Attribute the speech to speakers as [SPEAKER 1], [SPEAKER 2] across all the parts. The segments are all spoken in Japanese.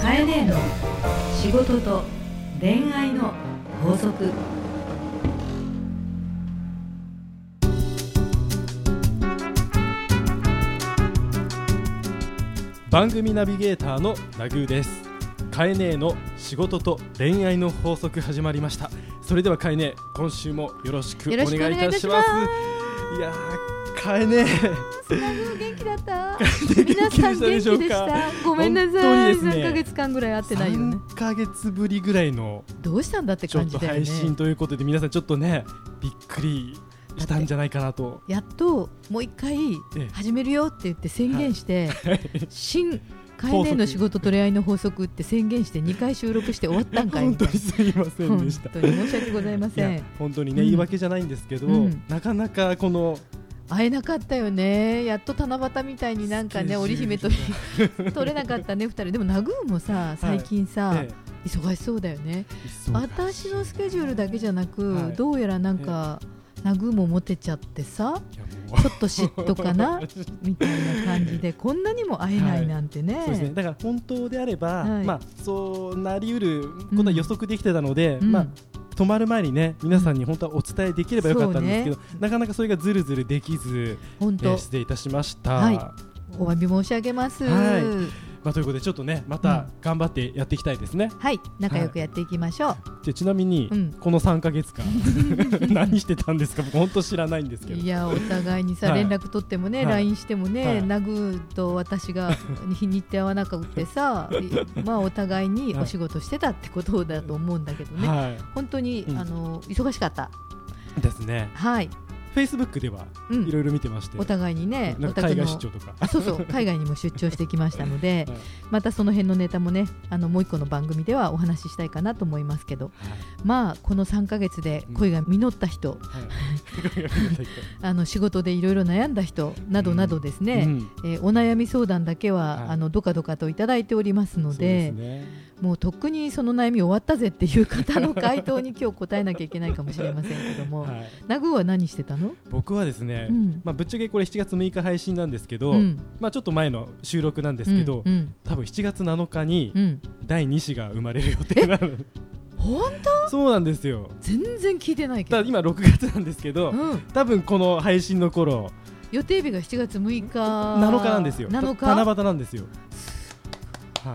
[SPEAKER 1] かえねえの仕事と恋愛の法則
[SPEAKER 2] 番組ナビゲーターのラグーですカエネーの仕事と恋愛の法則始まりましたそれではカエネー今週もよろしくお
[SPEAKER 3] よ
[SPEAKER 2] 願
[SPEAKER 3] ろ
[SPEAKER 2] いいたし
[SPEAKER 3] しくお願いいたし
[SPEAKER 2] ま
[SPEAKER 3] ます
[SPEAKER 2] すいやーカエネー
[SPEAKER 3] 元気だった
[SPEAKER 2] 元気で
[SPEAKER 3] 皆
[SPEAKER 2] し
[SPEAKER 3] さ
[SPEAKER 2] た
[SPEAKER 3] ん
[SPEAKER 2] で
[SPEAKER 3] 元
[SPEAKER 2] しょう
[SPEAKER 3] 気でし
[SPEAKER 2] か
[SPEAKER 3] たごめんなさい
[SPEAKER 2] 本当にですね
[SPEAKER 3] 3ヶ月間ぐらい会ってないよね
[SPEAKER 2] 3ヶ月ぶりぐらいの
[SPEAKER 3] どうしたんだって
[SPEAKER 2] ちょっ
[SPEAKER 3] 感
[SPEAKER 2] と
[SPEAKER 3] じだよ
[SPEAKER 2] 配
[SPEAKER 3] ね
[SPEAKER 2] 信ということで皆さんちょっとねびっくりしたんじゃないかなと
[SPEAKER 3] やっともう一回
[SPEAKER 2] ええ
[SPEAKER 3] 始めるよって言って宣言して新
[SPEAKER 2] 則
[SPEAKER 3] 概念の仕事と恋愛の法則って宣言して2回収録して終わったんかい
[SPEAKER 2] 本
[SPEAKER 3] み
[SPEAKER 2] 当
[SPEAKER 3] た
[SPEAKER 2] に
[SPEAKER 3] いな
[SPEAKER 2] すいませんでした
[SPEAKER 3] 本当に申し訳ございま
[SPEAKER 2] い
[SPEAKER 3] せ
[SPEAKER 2] や
[SPEAKER 3] ん
[SPEAKER 2] 本当にね、
[SPEAKER 3] うん
[SPEAKER 2] 言い訳じゃないんですけど、
[SPEAKER 3] うん
[SPEAKER 2] なかなかこの
[SPEAKER 3] 会えなかったよねやっと七夕みたいになんかね
[SPEAKER 2] スケ
[SPEAKER 3] 織
[SPEAKER 2] ジュー
[SPEAKER 3] 姫
[SPEAKER 2] ル
[SPEAKER 3] と 取れなかったね2人でもナグーもさ最近さ、
[SPEAKER 2] え
[SPEAKER 3] 忙しそうだよね
[SPEAKER 2] え忙
[SPEAKER 3] 私のスケジュールだけじゃなく、
[SPEAKER 2] はい
[SPEAKER 3] どうやらなんか、ナグーもモテちゃっ てさ
[SPEAKER 2] いやもう
[SPEAKER 3] ちょっと嫉妬 かなみたいな感じでこんなにも会えないなんてね,、
[SPEAKER 2] そうですね、だから本当であれば、
[SPEAKER 3] はい
[SPEAKER 2] まあ、そうなりうることは予測できてたので、
[SPEAKER 3] うん
[SPEAKER 2] まあ、止まる前にね皆さんに本当はお伝えできればよかったんですけど、なかなかそれがずるずるできず、
[SPEAKER 3] 本
[SPEAKER 2] え
[SPEAKER 3] 当、
[SPEAKER 2] ー失礼いたしました。
[SPEAKER 3] はいお詫び申し上げます
[SPEAKER 2] は
[SPEAKER 3] は
[SPEAKER 2] まあ、ということでちょっとねまた頑張ってやっていきたいですね。
[SPEAKER 3] い、仲良くやっていきましょう、
[SPEAKER 2] でちなみに、
[SPEAKER 3] うん
[SPEAKER 2] この3か月間 何してたんですか僕本当知らないんですけ
[SPEAKER 3] い、
[SPEAKER 2] ど。
[SPEAKER 3] やお互いにさ、
[SPEAKER 2] はい
[SPEAKER 3] 連絡取ってもね、
[SPEAKER 2] はい
[SPEAKER 3] LINE してもね、
[SPEAKER 2] はい
[SPEAKER 3] ナグーと 私が日にって合わなくてさいまあお互いにお仕事してたってことだと思うんだけどね、
[SPEAKER 2] は
[SPEAKER 3] 本当に、
[SPEAKER 2] うん
[SPEAKER 3] あの忙しかった
[SPEAKER 2] い、ですね。
[SPEAKER 3] はい、
[SPEAKER 2] Facebook では
[SPEAKER 3] う
[SPEAKER 2] い
[SPEAKER 3] ん、
[SPEAKER 2] ろいろ見てまして、
[SPEAKER 3] お互いにね、
[SPEAKER 2] なん
[SPEAKER 3] お
[SPEAKER 2] か
[SPEAKER 3] 宅
[SPEAKER 2] 海
[SPEAKER 3] の
[SPEAKER 2] 外出張とか。
[SPEAKER 3] そ うそう海外にも出張してきましたので、
[SPEAKER 2] はい
[SPEAKER 3] またその辺のネタもねあのもう一個の番組ではお話ししたいかなと思いますけどまあこの3ヶ月で恋が実った人、
[SPEAKER 2] はい はい
[SPEAKER 3] あの仕事でいろいろ悩んだ人などなどです
[SPEAKER 2] う
[SPEAKER 3] ね、
[SPEAKER 2] ん
[SPEAKER 3] えーお悩み相談だけは、
[SPEAKER 2] はい
[SPEAKER 3] あのどかどかといただいておりますの
[SPEAKER 2] そう
[SPEAKER 3] で
[SPEAKER 2] ですね。
[SPEAKER 3] もうとっくにその悩み終わったぜっていう方の回答に今日答えなきゃいけないかもしれませんけど も、
[SPEAKER 2] はい、
[SPEAKER 3] ナグーは何してたの、
[SPEAKER 2] 僕はですね、
[SPEAKER 3] うん
[SPEAKER 2] まあ、ぶっちゃけこれ7月6日配信なんですけど、
[SPEAKER 3] うん
[SPEAKER 2] まあ、ちょっと前の収録なんですけど、
[SPEAKER 3] うんうん
[SPEAKER 2] 多分7月7日に
[SPEAKER 3] うん
[SPEAKER 2] 第2子が生まれる予定なの
[SPEAKER 3] 本当
[SPEAKER 2] そうなんですよ
[SPEAKER 3] 全然聞いてないけ
[SPEAKER 2] た
[SPEAKER 3] ど
[SPEAKER 2] だ今6月なんですけど、
[SPEAKER 3] うん、
[SPEAKER 2] 多分この配信の頃
[SPEAKER 3] 予定日が7月6日
[SPEAKER 2] 7日なんですよた
[SPEAKER 3] 7日
[SPEAKER 2] 七夕なんですよはい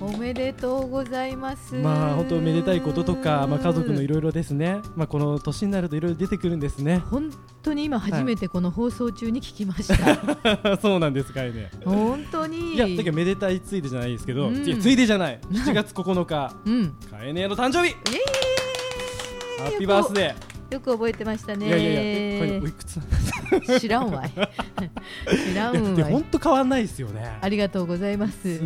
[SPEAKER 3] おめでとうございます
[SPEAKER 2] まあ本当めでたいこととか、まあ、家族のい
[SPEAKER 3] 色
[SPEAKER 2] ろいろですね、まあ、この年になるといろいろ出てくるんですね
[SPEAKER 3] 本当に今初めてこの放送中に聞きました、
[SPEAKER 2] そうなんですかいね
[SPEAKER 3] 本当に
[SPEAKER 2] いやだけどめでたいついでじゃないですけど、
[SPEAKER 3] うん
[SPEAKER 2] いやついでじゃない7月9日
[SPEAKER 3] うん
[SPEAKER 2] カエネの誕生日
[SPEAKER 3] イエーイ
[SPEAKER 2] ハッピーバースデ
[SPEAKER 3] よく覚えてました
[SPEAKER 2] ー
[SPEAKER 3] ね
[SPEAKER 2] いやいやいやえ、これおいくつなんですか
[SPEAKER 3] 知ら んわい知らん
[SPEAKER 2] いや
[SPEAKER 3] わ
[SPEAKER 2] 本
[SPEAKER 3] い
[SPEAKER 2] 当変わんないですよね
[SPEAKER 3] ありがとうございます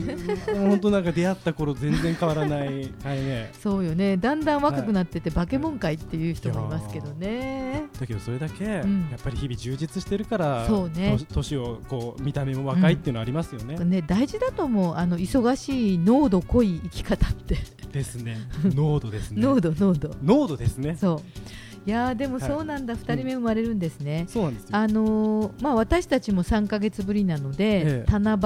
[SPEAKER 2] 本当なんか出会った頃全然変わら ないカエネ
[SPEAKER 3] そうよねだんだん若くなってて、バケモン界っていう人もいますけどね
[SPEAKER 2] だけどそれだけ、
[SPEAKER 3] ん
[SPEAKER 2] やっぱり日々充実してるから
[SPEAKER 3] そうね
[SPEAKER 2] と年をこう見た目も若いっていうのありますよね、
[SPEAKER 3] ね大事だと思うあの忙しい濃度濃い生き方って
[SPEAKER 2] ですね濃度ですね
[SPEAKER 3] 濃度濃度
[SPEAKER 2] 濃度ですね
[SPEAKER 3] そういやーでも
[SPEAKER 2] はい
[SPEAKER 3] そうなんだ、二2人目生まれるんですね、
[SPEAKER 2] そうなんですよ、
[SPEAKER 3] あのーまあ、私たちも3か月ぶりなの
[SPEAKER 2] ええ
[SPEAKER 3] で、七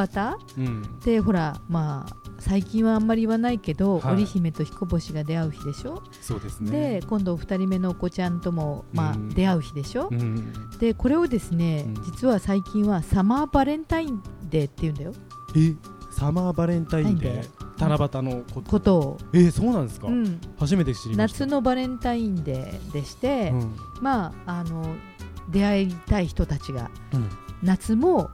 [SPEAKER 3] 夕
[SPEAKER 2] うん、
[SPEAKER 3] ってほら、まあ、最近はあんまり言わないけど、
[SPEAKER 2] はい
[SPEAKER 3] 織姫と彦星が出会う日でしょ、
[SPEAKER 2] そうですね
[SPEAKER 3] で今度2人目のお子ちゃんとも、まあ
[SPEAKER 2] うん
[SPEAKER 3] 出会う日でしょ、
[SPEAKER 2] うん、
[SPEAKER 3] でこれをですね、
[SPEAKER 2] うん
[SPEAKER 3] 実は最近はサマーバレンタインデーっていうんだよ
[SPEAKER 2] えサマーバレンタイン
[SPEAKER 3] なん
[SPEAKER 2] で
[SPEAKER 3] で
[SPEAKER 2] 七夕のこと
[SPEAKER 3] ことを、
[SPEAKER 2] えー、そうなんですか、
[SPEAKER 3] うん、
[SPEAKER 2] 初めて知りました
[SPEAKER 3] 夏のバレンタインデーでして、
[SPEAKER 2] うん
[SPEAKER 3] まああの出会いたい人たちが
[SPEAKER 2] うん
[SPEAKER 3] 夏も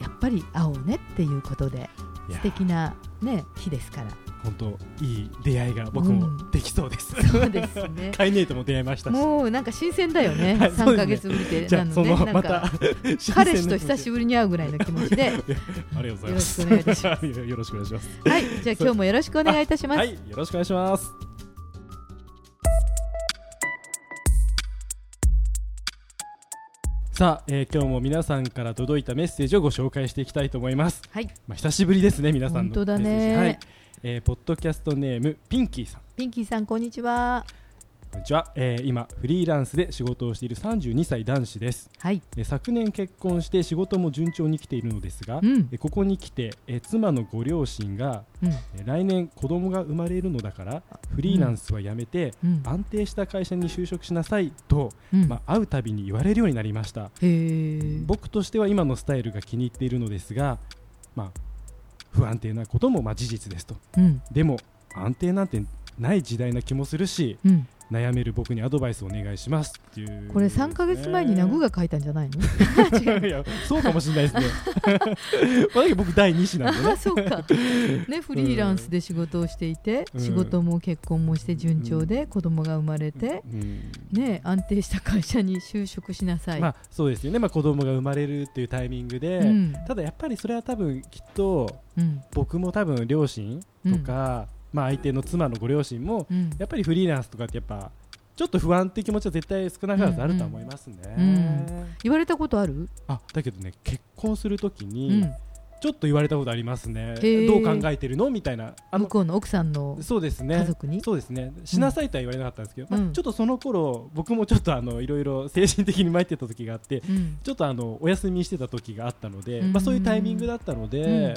[SPEAKER 3] やっぱり会おうねっていうことで
[SPEAKER 2] いや
[SPEAKER 3] 素敵な、ね、日ですから
[SPEAKER 2] 本当いい出会いが僕もできそうです、
[SPEAKER 3] そうですね
[SPEAKER 2] カイネイとも出会いましたし
[SPEAKER 3] もうなんか新鮮だよね、
[SPEAKER 2] はい
[SPEAKER 3] 3か月ぶりで
[SPEAKER 2] じゃ
[SPEAKER 3] な
[SPEAKER 2] あ
[SPEAKER 3] の
[SPEAKER 2] その
[SPEAKER 3] ねなん
[SPEAKER 2] ま
[SPEAKER 3] か
[SPEAKER 2] た
[SPEAKER 3] 彼氏と久し
[SPEAKER 2] ぶ
[SPEAKER 3] ぶりに会うぐらいの気持ちで
[SPEAKER 2] り ありがとうございます
[SPEAKER 3] よろしくお願いいたし
[SPEAKER 2] ますよろしくお願いします
[SPEAKER 3] はいじゃあ今日もよろしくお願いいたします、
[SPEAKER 2] はいよろしくお願いしますさあ、えー、今日も皆さんから届いたメッセージをご紹介していきたいと思います
[SPEAKER 3] はい、
[SPEAKER 2] まあ久しぶりですね皆さんの
[SPEAKER 3] 本当だね
[SPEAKER 2] メッセージはい、えー、ポッドキャストネームピンキーさん
[SPEAKER 3] ピンキーさんこんにちは
[SPEAKER 2] こんにちは、えー今フリーランスで仕事をしている32歳男子です、
[SPEAKER 3] はい、
[SPEAKER 2] えー昨年結婚して仕事も順調に来ているのですが、
[SPEAKER 3] うん
[SPEAKER 2] えーここに来て、えー妻のご両親が、
[SPEAKER 3] うん
[SPEAKER 2] えー来年子供が生まれるのだからフリーランスはやめて、
[SPEAKER 3] うん
[SPEAKER 2] 安定した会社に就職しなさいと、
[SPEAKER 3] うん
[SPEAKER 2] まあ、会うたびに言われるようになりました
[SPEAKER 3] へえ
[SPEAKER 2] 僕としては今のスタイルが気に入っているのですが、まあ、不安定なこともまあ事実ですと
[SPEAKER 3] うん
[SPEAKER 2] でも安定なんてない時代な気もするし
[SPEAKER 3] うん、
[SPEAKER 2] 悩める僕にアドバイスをお願いしますっていう、
[SPEAKER 3] これ3か月前にナグが書いたんじゃないの
[SPEAKER 2] がいやそうかもしれ ないですねまあだけど僕第2子なんで
[SPEAKER 3] あ
[SPEAKER 2] ね
[SPEAKER 3] あそうか、ね、フリーランスで仕事をしていて、
[SPEAKER 2] うん
[SPEAKER 3] 仕事も結婚もして順調で、子供が生まれて、
[SPEAKER 2] うん
[SPEAKER 3] ね、安定した会社に就職しなさい、
[SPEAKER 2] まあそうですよね、まあ、子供が生まれるっていうタイミングで、
[SPEAKER 3] うん
[SPEAKER 2] ただやっぱりそれは多分きっと
[SPEAKER 3] うん
[SPEAKER 2] 僕も多分両親とか、まあ、相手の妻のご両親も
[SPEAKER 3] うん
[SPEAKER 2] やっぱりフリーランスとかってやっぱちょっと不安って気持ちは絶対少なからずあるとは思いますね、
[SPEAKER 3] うんうん言われたことある、
[SPEAKER 2] あだけどね結婚するとき
[SPEAKER 3] う
[SPEAKER 2] に
[SPEAKER 3] ん、
[SPEAKER 2] ちょっと言われたことありますね、
[SPEAKER 3] へー
[SPEAKER 2] どう考えてるのみたいなあ
[SPEAKER 3] 向
[SPEAKER 2] の
[SPEAKER 3] こうの奥さんの
[SPEAKER 2] そうですね
[SPEAKER 3] 家族に、
[SPEAKER 2] そうですねしなさいとは言われなかったんですけど、
[SPEAKER 3] うん
[SPEAKER 2] まあ、ちょっとその頃僕もちょっとあのいろいろ精神的に参ってた時があって
[SPEAKER 3] うん
[SPEAKER 2] ちょっとあのお休みしてた時があったので、
[SPEAKER 3] うん
[SPEAKER 2] まあ、そういうタイミングだったので、
[SPEAKER 3] うん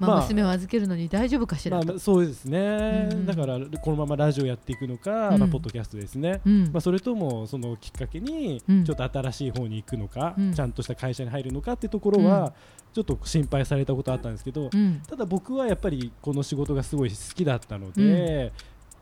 [SPEAKER 3] まあ
[SPEAKER 2] まあ
[SPEAKER 3] 娘を預けるのに大丈夫かし
[SPEAKER 2] ま
[SPEAKER 3] らと、
[SPEAKER 2] あ、そうですね、
[SPEAKER 3] うん
[SPEAKER 2] だからこのままラジオやっていくのか、
[SPEAKER 3] うん
[SPEAKER 2] まあ、ポッドキャストですね、
[SPEAKER 3] うん
[SPEAKER 2] まあ、それともそのきっかけに
[SPEAKER 3] うん
[SPEAKER 2] ちょっと新しい方に行くのか、
[SPEAKER 3] うん
[SPEAKER 2] ちゃんとした会社に入るのかってところはちょっと心配されたことあったんですけど、
[SPEAKER 3] うん
[SPEAKER 2] ただ僕はやっぱりこの仕事がすごい好きだったので、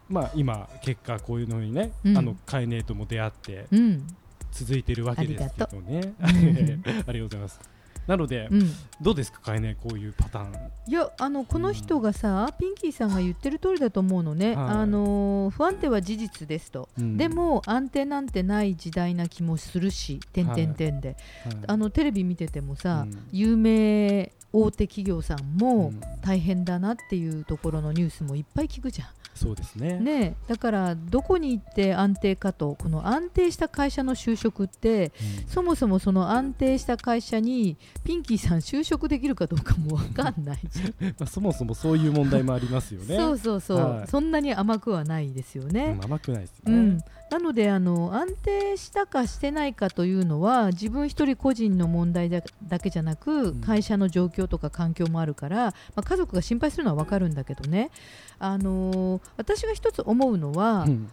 [SPEAKER 2] まあ、今結果こういうのにね、
[SPEAKER 3] うん
[SPEAKER 2] あのカエネとも出会って
[SPEAKER 3] うん
[SPEAKER 2] 続いてるわけですけどね あ
[SPEAKER 3] ありがとう
[SPEAKER 2] りがとうございますなので、
[SPEAKER 3] うん、
[SPEAKER 2] どうですかカエネこういうパターン
[SPEAKER 3] いやあのこの人がさ、ピンキーさんが言ってる通りだと思うの
[SPEAKER 2] は
[SPEAKER 3] ね、
[SPEAKER 2] い
[SPEAKER 3] あのー不安定は事実ですと、
[SPEAKER 2] うん
[SPEAKER 3] でも安定なんてない時代な気もするし、点点点で、
[SPEAKER 2] はい
[SPEAKER 3] あのテレビ見ててもさ、
[SPEAKER 2] うん
[SPEAKER 3] 有名大手企業さん
[SPEAKER 2] う
[SPEAKER 3] も
[SPEAKER 2] ん
[SPEAKER 3] 大変だなっていうところのニュースもいっぱい聞くじゃ
[SPEAKER 2] そうですね
[SPEAKER 3] ん、ねえ、だからどこに行って安定かとこの安定した会社の就職って
[SPEAKER 2] うん
[SPEAKER 3] そもそもその安定した会社にピンキーさん就職できるかどうかもわかんないじゃん
[SPEAKER 2] まあ、そもそもそういう問題もありますよね
[SPEAKER 3] そうそうそう、
[SPEAKER 2] はい
[SPEAKER 3] そんなに甘くはないですよ
[SPEAKER 2] うん
[SPEAKER 3] ね。
[SPEAKER 2] 甘くないです
[SPEAKER 3] う
[SPEAKER 2] ね、
[SPEAKER 3] んなのであの安定したかしてないかというのは自分一人個人の問題だだけじゃなく
[SPEAKER 2] ん
[SPEAKER 3] 会社の状況とか環境もあるから、まあ、家族が心配するのは分かるんだけどね、あのー私が一つ思うのは、
[SPEAKER 2] うん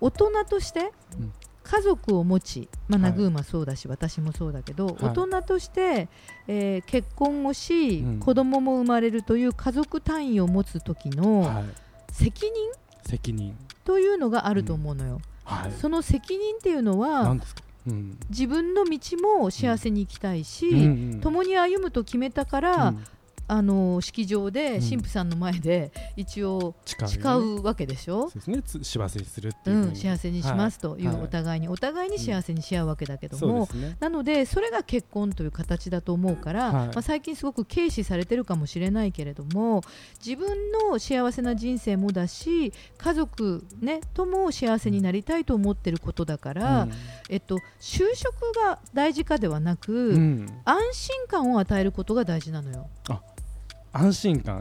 [SPEAKER 3] 大人として
[SPEAKER 2] うん
[SPEAKER 3] 家族を持ち、まあ、
[SPEAKER 2] はい
[SPEAKER 3] ナグーマそうだし、私もそうだけど、
[SPEAKER 2] い
[SPEAKER 3] 大人として、えー結婚をし、
[SPEAKER 2] うん
[SPEAKER 3] 子供も生まれるという家族単位を持つ時の
[SPEAKER 2] はい、
[SPEAKER 3] 責任
[SPEAKER 2] 責任
[SPEAKER 3] というのがあると思うのよ、
[SPEAKER 2] はい
[SPEAKER 3] その責任っていうの
[SPEAKER 2] な
[SPEAKER 3] は
[SPEAKER 2] んですか、うん
[SPEAKER 3] 自分の道も幸せに生きたいし、
[SPEAKER 2] うんうん
[SPEAKER 3] 共に歩むと決めたから、
[SPEAKER 2] うん
[SPEAKER 3] あの式場
[SPEAKER 2] う
[SPEAKER 3] で
[SPEAKER 2] ん
[SPEAKER 3] 神父さんの前で一応
[SPEAKER 2] 誓うよね
[SPEAKER 3] 誓うわけでしょ
[SPEAKER 2] そう、ですねつ幸せにするって
[SPEAKER 3] う
[SPEAKER 2] いうふうに、
[SPEAKER 3] ん、幸せにしますとい
[SPEAKER 2] はいう
[SPEAKER 3] お互いに、お互いに幸せにし合うわけだけど
[SPEAKER 2] そう
[SPEAKER 3] も、
[SPEAKER 2] ですね
[SPEAKER 3] なのでそれが結婚という形だと思うから、
[SPEAKER 2] はい
[SPEAKER 3] まあ、最近すごく軽視されてるかもしれないけれども自分の幸せな人生もだし家族、ね、とも幸せになりたいと思ってることだから、えっと、就職が大事かではなく、
[SPEAKER 2] うんうん
[SPEAKER 3] 安心感を与えることが大事なのよ、
[SPEAKER 2] 安心感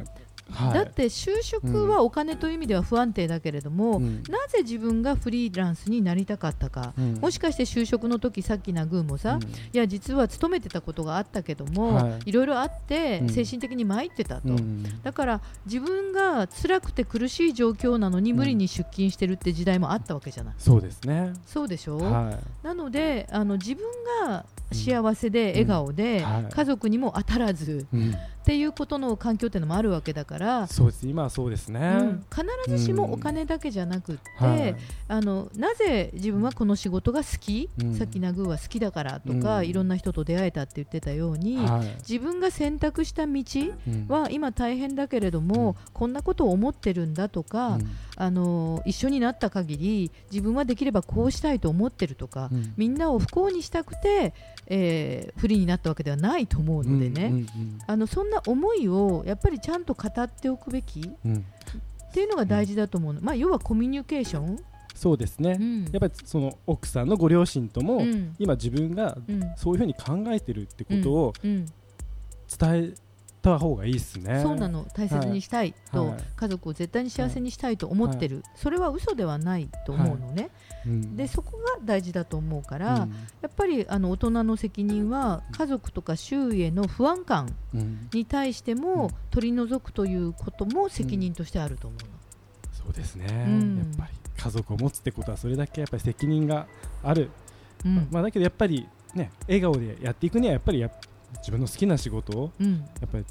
[SPEAKER 2] はい
[SPEAKER 3] だって就職はお金という意味では不安定だけれども、
[SPEAKER 2] うん
[SPEAKER 3] なぜ自分がフリーランスになりたかったか、
[SPEAKER 2] うん
[SPEAKER 3] もしかして就職の時さっきナグーもさ、
[SPEAKER 2] うん
[SPEAKER 3] いや実は勤めてたことがあったけども、、
[SPEAKER 2] はい
[SPEAKER 3] ろいろあって
[SPEAKER 2] うん
[SPEAKER 3] 精神的に参ってたと、
[SPEAKER 2] うん
[SPEAKER 3] だから自分が辛くて苦しい状況なのに無理に出勤してるって時代もあったわけじゃない、
[SPEAKER 2] そうですね
[SPEAKER 3] そうでしょ、
[SPEAKER 2] は
[SPEAKER 3] なのであの自分が幸せで笑顔で、
[SPEAKER 2] うんはい
[SPEAKER 3] 家族にも当たらず
[SPEAKER 2] い、うん、
[SPEAKER 3] っていうことの環境っていうのもあるわけだから、
[SPEAKER 2] そうです今はそうですね、
[SPEAKER 3] うん必ずしもお金だけじゃなくって、
[SPEAKER 2] はい
[SPEAKER 3] あのなぜ自分はこの仕事が好き、
[SPEAKER 2] うん
[SPEAKER 3] さっきナグーは好きだからとか、
[SPEAKER 2] うん
[SPEAKER 3] いろんな人と出会えたって言ってたように、
[SPEAKER 2] はい
[SPEAKER 3] 自分が選択した道
[SPEAKER 2] うん
[SPEAKER 3] は今大変だけれど
[SPEAKER 2] う
[SPEAKER 3] も、
[SPEAKER 2] ん
[SPEAKER 3] こんなことを思ってるんだとか、
[SPEAKER 2] うん
[SPEAKER 3] あの一緒になった限り自分はできればこうしたいと思ってるとか、
[SPEAKER 2] うん
[SPEAKER 3] みんなを不幸にしたくて、えー、不利になったわけではないと思うのでね、
[SPEAKER 2] うん
[SPEAKER 3] あのそんな思いをやっぱりちゃんと語っておくべきっ
[SPEAKER 2] うんうん
[SPEAKER 3] ていうのが大事だと思うの、まあ、要はコミュニケーション、
[SPEAKER 2] そうですね、
[SPEAKER 3] うん
[SPEAKER 2] やっぱりその奥さんのご両親とも、
[SPEAKER 3] うん
[SPEAKER 2] 今自分が
[SPEAKER 3] うん
[SPEAKER 2] そういうふうに考えてるってことを
[SPEAKER 3] うん
[SPEAKER 2] 伝えった方がいいですね。
[SPEAKER 3] そうなの大切にしたいと、
[SPEAKER 2] はい
[SPEAKER 3] 家族を絶対に幸せにしたいと思ってる、それは嘘ではないと思うのね、
[SPEAKER 2] うん
[SPEAKER 3] でそこが大事だと思うから、
[SPEAKER 2] う
[SPEAKER 3] や
[SPEAKER 2] ん
[SPEAKER 3] っぱりあの大人の責任は家族とか周囲への不安感
[SPEAKER 2] うん
[SPEAKER 3] に対して
[SPEAKER 2] うん
[SPEAKER 3] も取り除くということも責任としてあると思うの。
[SPEAKER 2] そうですね、
[SPEAKER 3] ん
[SPEAKER 2] やっぱり家族を持つってことはそれだけやっぱり責任がある、
[SPEAKER 3] うん
[SPEAKER 2] まあ、だけどやっぱりね笑顔でやっていくにはやっぱりや自分の好きな仕事を
[SPEAKER 3] うん
[SPEAKER 2] やっぱり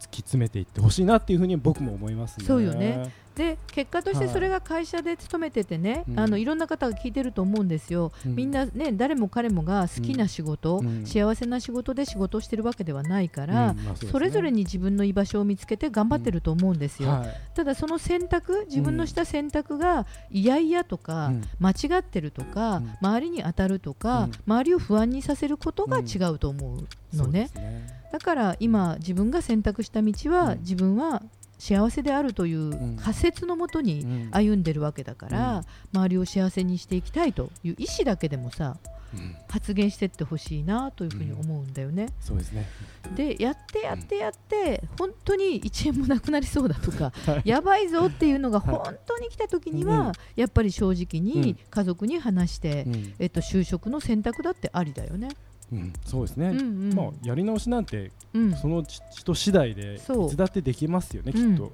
[SPEAKER 2] 突き詰めていってほしいなっていうふうに僕も思いますね。
[SPEAKER 3] そうよねで結果として
[SPEAKER 2] はい
[SPEAKER 3] それが会社で勤めててね、
[SPEAKER 2] うん
[SPEAKER 3] あのいろんな方が聞いてると思うんですよ、
[SPEAKER 2] うん
[SPEAKER 3] みんなね誰も彼もが好きな仕事、
[SPEAKER 2] うんうん
[SPEAKER 3] 幸せな仕事で仕事をしてるわけではないか
[SPEAKER 2] うん
[SPEAKER 3] ら、
[SPEAKER 2] まあうですね
[SPEAKER 3] それぞれに自分の居場所を見つけて頑張ってると思うんですよ、
[SPEAKER 2] はい
[SPEAKER 3] ただその選択自分のした選択がいやいやとか、
[SPEAKER 2] うん
[SPEAKER 3] 間違ってるとか、
[SPEAKER 2] うん
[SPEAKER 3] 周りに当たるとか、
[SPEAKER 2] うん
[SPEAKER 3] 周りを不安にさせることが違うと思うの
[SPEAKER 2] そう
[SPEAKER 3] ね、
[SPEAKER 2] ですね
[SPEAKER 3] だから今自分が選択した道は、
[SPEAKER 2] うん
[SPEAKER 3] 自分は幸せであるという仮説のもとに
[SPEAKER 2] うん
[SPEAKER 3] 歩んでるわけだから、周りを幸せにしていきたいという意思だけでもさ
[SPEAKER 2] うん
[SPEAKER 3] 発言してってほしいなというふうに思うんだよね。
[SPEAKER 2] そうですね。
[SPEAKER 3] でやってやってやって、本当に1円もなくなりそうだとか、
[SPEAKER 2] はい
[SPEAKER 3] やばいぞっていうのが
[SPEAKER 2] はい
[SPEAKER 3] 本当に来た時に
[SPEAKER 2] うん
[SPEAKER 3] は、やっぱり正直
[SPEAKER 2] うん
[SPEAKER 3] に家族に話して、
[SPEAKER 2] うん
[SPEAKER 3] えっと、就職の選択だってありだよね。
[SPEAKER 2] うんそうですね。
[SPEAKER 3] うんうん
[SPEAKER 2] まあやり直しなんて
[SPEAKER 3] うん
[SPEAKER 2] その人次第でい
[SPEAKER 3] そう
[SPEAKER 2] つだってできますよねき
[SPEAKER 3] うん
[SPEAKER 2] っと。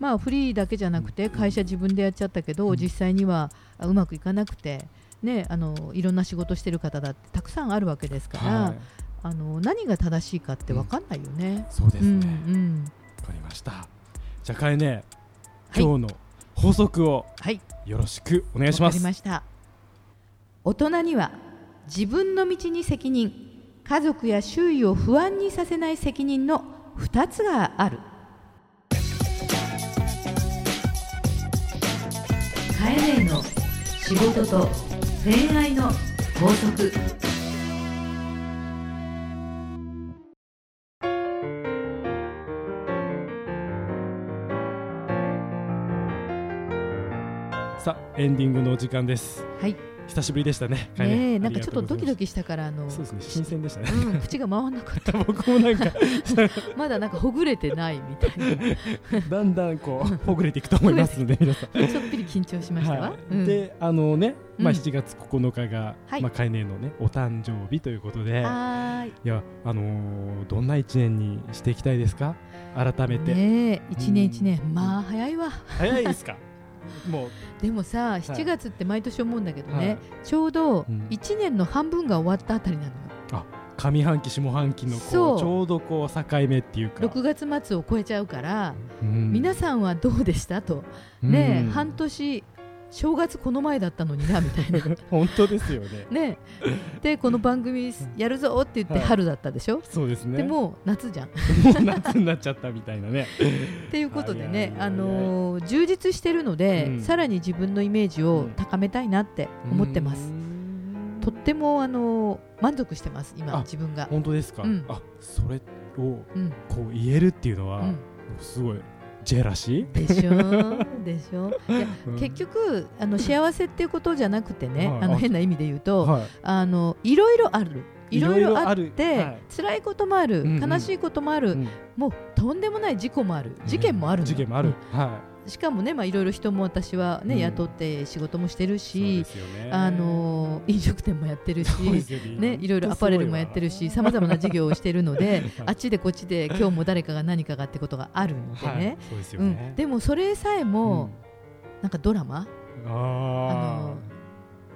[SPEAKER 3] まあ、フリーだけじゃな
[SPEAKER 2] う
[SPEAKER 3] く
[SPEAKER 2] ん
[SPEAKER 3] て会社自分でやっちゃったけど、
[SPEAKER 2] うん
[SPEAKER 3] 実際にはあうまくいかなくて、ね、あのいろんな仕事してる方だってたくさんあるわけですから、
[SPEAKER 2] はい
[SPEAKER 3] あの何が正しいかって分かんないよね。
[SPEAKER 2] そうです
[SPEAKER 3] うん
[SPEAKER 2] ね。
[SPEAKER 3] うん
[SPEAKER 2] わかりました。じゃあかえね
[SPEAKER 3] はい
[SPEAKER 2] 今日の法則を
[SPEAKER 3] はい、
[SPEAKER 2] よろしくお願いし
[SPEAKER 3] わ
[SPEAKER 2] ま
[SPEAKER 3] か
[SPEAKER 2] す。
[SPEAKER 3] りました大人には自分の道に責任家族や周囲を不安にさせない責任の2つがある
[SPEAKER 1] カエネの仕事と恋愛の法則
[SPEAKER 2] さあエンディングのお時間です。
[SPEAKER 3] はい
[SPEAKER 2] 久しぶりでしたね。かえ
[SPEAKER 3] ねえ
[SPEAKER 2] ね
[SPEAKER 3] なんかちょっとドキド
[SPEAKER 2] キ。
[SPEAKER 3] キしたから あの
[SPEAKER 2] そうですね新鮮でしたね。
[SPEAKER 3] うん、口が回らなかった
[SPEAKER 2] 僕も なんか
[SPEAKER 3] まだなんかほぐれてないみたいな
[SPEAKER 2] だんだんこうほぐれていくと思いますので皆さん。
[SPEAKER 3] ちょっぴり緊張しましたわ。
[SPEAKER 2] はい
[SPEAKER 3] うん、
[SPEAKER 2] であのね、まあ、
[SPEAKER 3] うん
[SPEAKER 2] 7月9日が、
[SPEAKER 3] はい
[SPEAKER 2] まあ、カエネのねお誕生日ということで
[SPEAKER 3] はーい。
[SPEAKER 2] いやあのーどんな一年にしていきたいですか改めて、
[SPEAKER 3] ねえ、一年一年、まあ早いわ。
[SPEAKER 2] 早いですかもう
[SPEAKER 3] でもさ、
[SPEAKER 2] い
[SPEAKER 3] 7月って毎年思うんだ けどね、
[SPEAKER 2] はい
[SPEAKER 3] ちょうど
[SPEAKER 2] うん
[SPEAKER 3] 一年の半分が終わったあたりなのよ。
[SPEAKER 2] 上半期下半期のこ
[SPEAKER 3] そうう
[SPEAKER 2] ちょうどこう境目っていうか、
[SPEAKER 3] 6月末を超えちゃうから、
[SPEAKER 2] うん
[SPEAKER 3] 皆さんはどうでしたと。ねえ、
[SPEAKER 2] うん
[SPEAKER 3] 半年、正月この前だったのにな、みたいな。
[SPEAKER 2] 本当ですよね
[SPEAKER 3] ねえ、で、この番組やるぞって言って
[SPEAKER 2] はい
[SPEAKER 3] 春だったでしょ。
[SPEAKER 2] そうですね
[SPEAKER 3] でもう夏じゃん。っ
[SPEAKER 2] もう夏になっちゃったみたいなね
[SPEAKER 3] ていうことで
[SPEAKER 2] 早い
[SPEAKER 3] ね、
[SPEAKER 2] 早い
[SPEAKER 3] あのー充実してるので、
[SPEAKER 2] うん
[SPEAKER 3] さらに自分のイメージを高めたいなって 思ってます。
[SPEAKER 2] うん
[SPEAKER 3] とってもあの満足してます今
[SPEAKER 2] あ
[SPEAKER 3] 自分が、
[SPEAKER 2] 本当ですか、
[SPEAKER 3] うん
[SPEAKER 2] あそれを
[SPEAKER 3] うん
[SPEAKER 2] こう言えるっていうのは、
[SPEAKER 3] うん、
[SPEAKER 2] すごいジェラシ
[SPEAKER 3] でしょ でしょいや
[SPEAKER 2] ー、うん
[SPEAKER 3] 結局あの幸せっていうことじゃなくてね、
[SPEAKER 2] はい
[SPEAKER 3] あ
[SPEAKER 2] あ
[SPEAKER 3] の変な意味で言うと、
[SPEAKER 2] はい
[SPEAKER 3] あのいろいろあるいろいろあっ
[SPEAKER 2] る
[SPEAKER 3] て辛いこともある、
[SPEAKER 2] うんうん
[SPEAKER 3] 悲しいこともある、
[SPEAKER 2] うん
[SPEAKER 3] もうとんでもない事故もある事件もあるの、
[SPEAKER 2] 事件もある、は
[SPEAKER 3] うんしかもね、まあ、いろいろ人も私はね、
[SPEAKER 2] うん
[SPEAKER 3] 雇って仕事もしてる
[SPEAKER 2] いそうで
[SPEAKER 3] し、
[SPEAKER 2] すよね
[SPEAKER 3] あの飲食店もやってるし
[SPEAKER 2] そうですよね
[SPEAKER 3] ね、いろいろアパレルもやってるしさまざまな事業をしてるの で
[SPEAKER 2] はい
[SPEAKER 3] あっちでこっちで今日も誰かが何かがってことがあるので
[SPEAKER 2] はい
[SPEAKER 3] ね、
[SPEAKER 2] そうですよ
[SPEAKER 3] う
[SPEAKER 2] ね、
[SPEAKER 3] ん、でもそれさえも、なんかドラマ
[SPEAKER 2] うんあ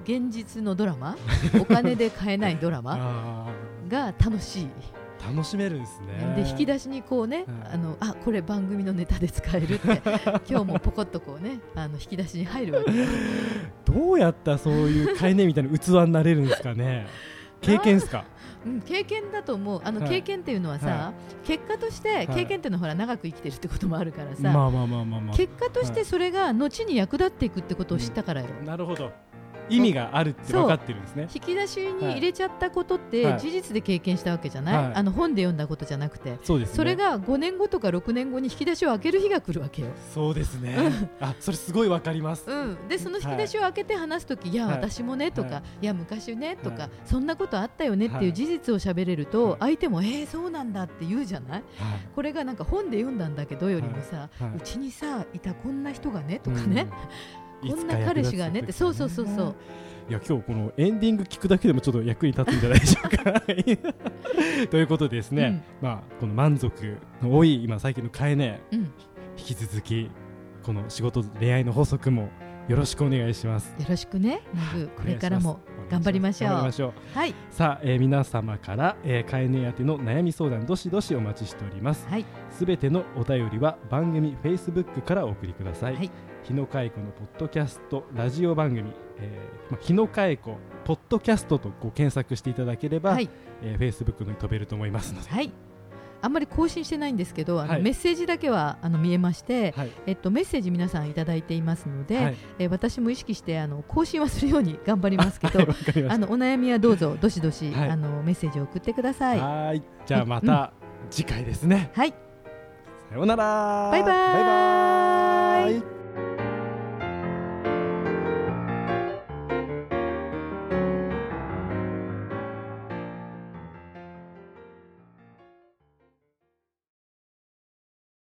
[SPEAKER 3] 現実のドラマお金で買えないドラ
[SPEAKER 2] ー
[SPEAKER 3] マ
[SPEAKER 2] あ
[SPEAKER 3] が楽しい、
[SPEAKER 2] ー楽しめるんですね
[SPEAKER 3] で引き出しにこうね、
[SPEAKER 2] はい
[SPEAKER 3] あのあこれ番組のネタで使えるって 今日もポコッとこうねあの引き出しに入るわけ
[SPEAKER 2] どうやったらそういう買いねみたいな器になれるんですか ね経験ですか
[SPEAKER 3] うん、経験だと思うあの、
[SPEAKER 2] はい
[SPEAKER 3] 経験っていうのはさ、
[SPEAKER 2] は
[SPEAKER 3] 結果として経験っていうのはほら長く生きてるってこともあるからさ、
[SPEAKER 2] まあまあまあまあまあ
[SPEAKER 3] 結果としてそれが後に役立っていくってことを知ったからよ、
[SPEAKER 2] なるほど意味があるって分かってるんですね
[SPEAKER 3] 引き出しに入れちゃったことって
[SPEAKER 2] はい
[SPEAKER 3] 事実で経験したわけじゃない、
[SPEAKER 2] はい
[SPEAKER 3] あの本で読んだことじゃなくて、
[SPEAKER 2] そうですね
[SPEAKER 3] それが5年後とか6年後に引き出しを開ける日が来るわけよ。
[SPEAKER 2] そうですねあそれすごい分かります
[SPEAKER 3] うん、でその引き出しを開けて話す時、い、や
[SPEAKER 2] はい
[SPEAKER 3] 私もねとか、、
[SPEAKER 2] はい
[SPEAKER 3] や昔ねとか、
[SPEAKER 2] はい
[SPEAKER 3] そんなことあったよねっていう事実を喋れると、
[SPEAKER 2] はい
[SPEAKER 3] 相手もえー、そうなんだって言うじゃない
[SPEAKER 2] はい
[SPEAKER 3] これがなんか本で読んだんだけどよりもさ、
[SPEAKER 2] はいう
[SPEAKER 3] ちにさいたこんな人がねとかね、こんな彼氏がねってそうそうそうそう、
[SPEAKER 2] いや今日このエンディング聞くだけでもちょっと役に立つんじゃないでしょうか。 ということでですね、まあこの満足の多い今最近の変えね
[SPEAKER 3] うん、よ
[SPEAKER 2] 引き続きこの仕事恋愛の法則もよろしくお願いします。
[SPEAKER 3] ろしくねナグこれからも頑張りましょう
[SPEAKER 2] 頑張りましょう。
[SPEAKER 3] はい
[SPEAKER 2] さあ、えー皆様から、えー、カエネ宛ての悩み相談どしどしお待ちしております
[SPEAKER 3] はい
[SPEAKER 2] すべてのお便りは番組 Facebook からお送りください、
[SPEAKER 3] はい
[SPEAKER 2] 日野佳恵子のポッドキャストラジオ番組、えーまあ、日野佳恵子ポッドキャストとご検索していただければ、
[SPEAKER 3] はい
[SPEAKER 2] えー、Facebook に飛べると思いますので、
[SPEAKER 3] はいあんまり更新してないんですけどあの、
[SPEAKER 2] はい
[SPEAKER 3] メッセージだけはあの見えまして、
[SPEAKER 2] はい
[SPEAKER 3] えっと、メッセージ皆さんいただいていますので、
[SPEAKER 2] はい
[SPEAKER 3] えー私も意識してあの更新はするように頑張りま すけど、
[SPEAKER 2] はいわかりま
[SPEAKER 3] あ
[SPEAKER 2] し
[SPEAKER 3] のお悩みはどうぞどしどし、
[SPEAKER 2] はい
[SPEAKER 3] あのメッセージを送ってくだ
[SPEAKER 2] た
[SPEAKER 3] さい。は
[SPEAKER 2] はーいじゃあまた次回ですね
[SPEAKER 3] い、
[SPEAKER 2] さようなら
[SPEAKER 3] バイバーイ
[SPEAKER 2] バイバーイ